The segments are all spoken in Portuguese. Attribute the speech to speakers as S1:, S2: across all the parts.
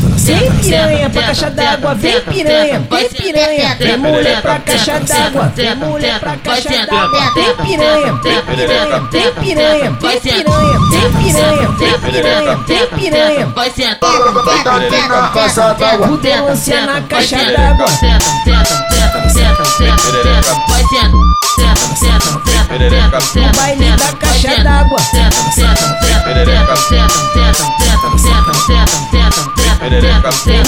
S1: Vem piranha pra caixa d'água, vem piranha, vem piranha, vem mulher pra caixa d'água, vem mulher pra caixa d'água, vem piranha, vem piranha, vem piranha, vem piranha, vem piranha, vem piranha, vem piranha.
S2: Vai sentar,
S3: Vai na caixa d'água.
S1: Ambulância na caixa d'água. No baile da caixa d'água.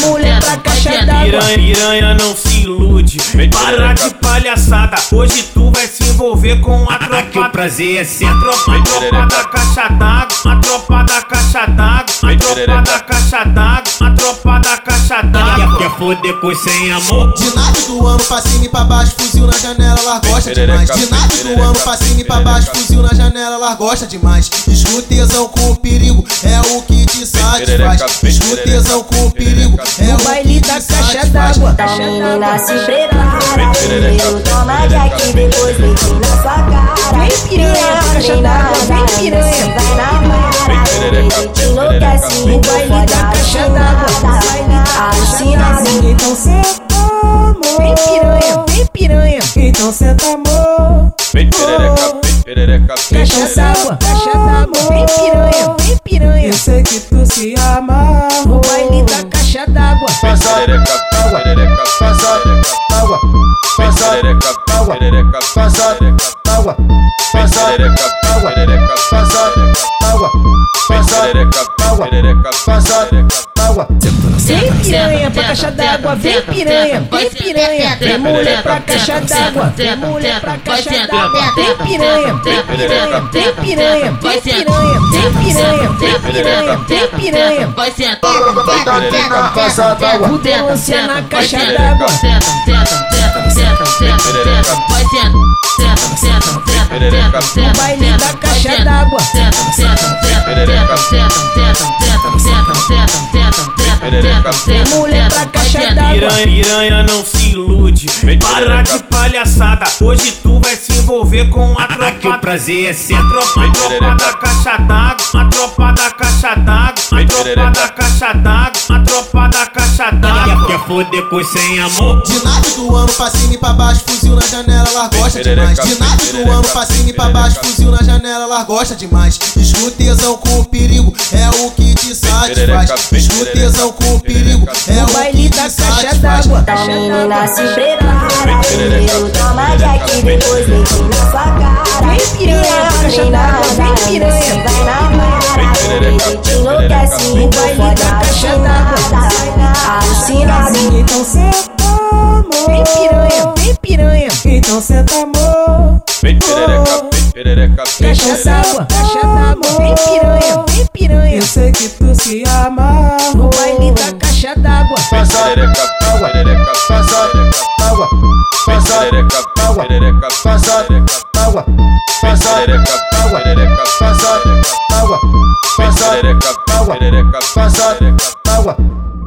S1: Mulher pra caixa d'água.
S4: Piranha, piranha não se ilude. Para de palhaçada. Hoje tu vai se envolver com a tropa. Que o prazer é ser a tropa. A tropa da caixa d'água. A tropa da caixa d'água. A tropa da caixa d'água. A tropa da caixa d'água. Quer foder com sem amor?
S5: De nave do ano pra cima e pra baixo, fuzil na janela, ela gosta demais. De nave do ano pra cima e pra baixo, fuzil na janela, ela gosta demais. Escutezão com o perigo, é o que te satisfaz. Escutezão com o perigo, é o
S1: No
S5: que
S1: baile
S5: te
S1: da caixa
S5: satisfaz.
S1: d'água.
S6: Então
S1: tá
S6: menina se prepara Primeiro toma de aqui, depois mete na sua cara
S1: Vem piranha pra caixa d'água, vem piranha.
S6: Vai na vara, te enlouquece
S1: No baile da caixa d'água, no baile da caixa
S6: Alucinada,
S1: d'água.
S6: então cê
S1: Vem piranha, vem piranha.
S6: Então cê tá amor
S1: Caixa d'água, caixa d'água. Vem piranha, vem piranha.
S6: Eu sei que tu se amarrou
S1: No baile da caixa d'água.
S3: Passa água, passa água, passa água, passa água, passa água, passa água, passa água, passa água.
S1: Vem piranha pra caixa d'água, vem piranha, vem piranha, vem mulher pra caixa d'água, vem mulher pra caixa d'água, vem piranha, vem piranha, vem piranha, vem piranha, vem piranha, vem piranha, vem piranha,
S2: vai sentar,
S3: Vai passa água.
S1: ambulância é na caixa d'água,
S2: vai
S1: no baile da caixa d'água, mulher pra caixa d'água,
S4: Piranha, piranha não se ilude. Para de palhaçada. Hoje tu vai se envolver com a tropa. Que o prazer é ser a tropa. A tropa da caixa d'água. A tropa da caixa d'água. A tropa da caixa d'água. A tropa da caixa d'água. Quer é foder com sem amor?
S5: De nave do ano pra cima e pra baixo, fuzil na janela, ela gosta demais. De nave do ano pra cima e pra baixo, fuzil na janela, ela gosta demais. Escutezão com o perigo, é o que te satisfaz. Escutezão com o perigo, é
S1: no
S5: o
S1: baile
S5: que
S1: da
S5: te
S1: caixa
S5: satisfaz.
S1: d'água,
S6: Então
S1: caixa
S6: menina
S1: d'água.
S6: se
S1: tá
S6: prepara Primeiro toma de aqui, depois mete na sua cara
S1: Vem piranha pra caixa d'água, vem piranha,
S6: Vai na vara,
S1: tá
S6: ele te enlouquece
S1: No baile da caixa d'água.
S6: Alucinada, então cê
S1: vem piranha, vem piranha,
S6: Então cê tá amor
S1: caixa d'água, caixa d'água, vem piranha, vem piranha,
S6: Eu sei que tu se amarrou
S1: no baile da caixa d'água.
S3: Passa água, passa água, passa água, passa água, passa água, passa água, passa água, passa água.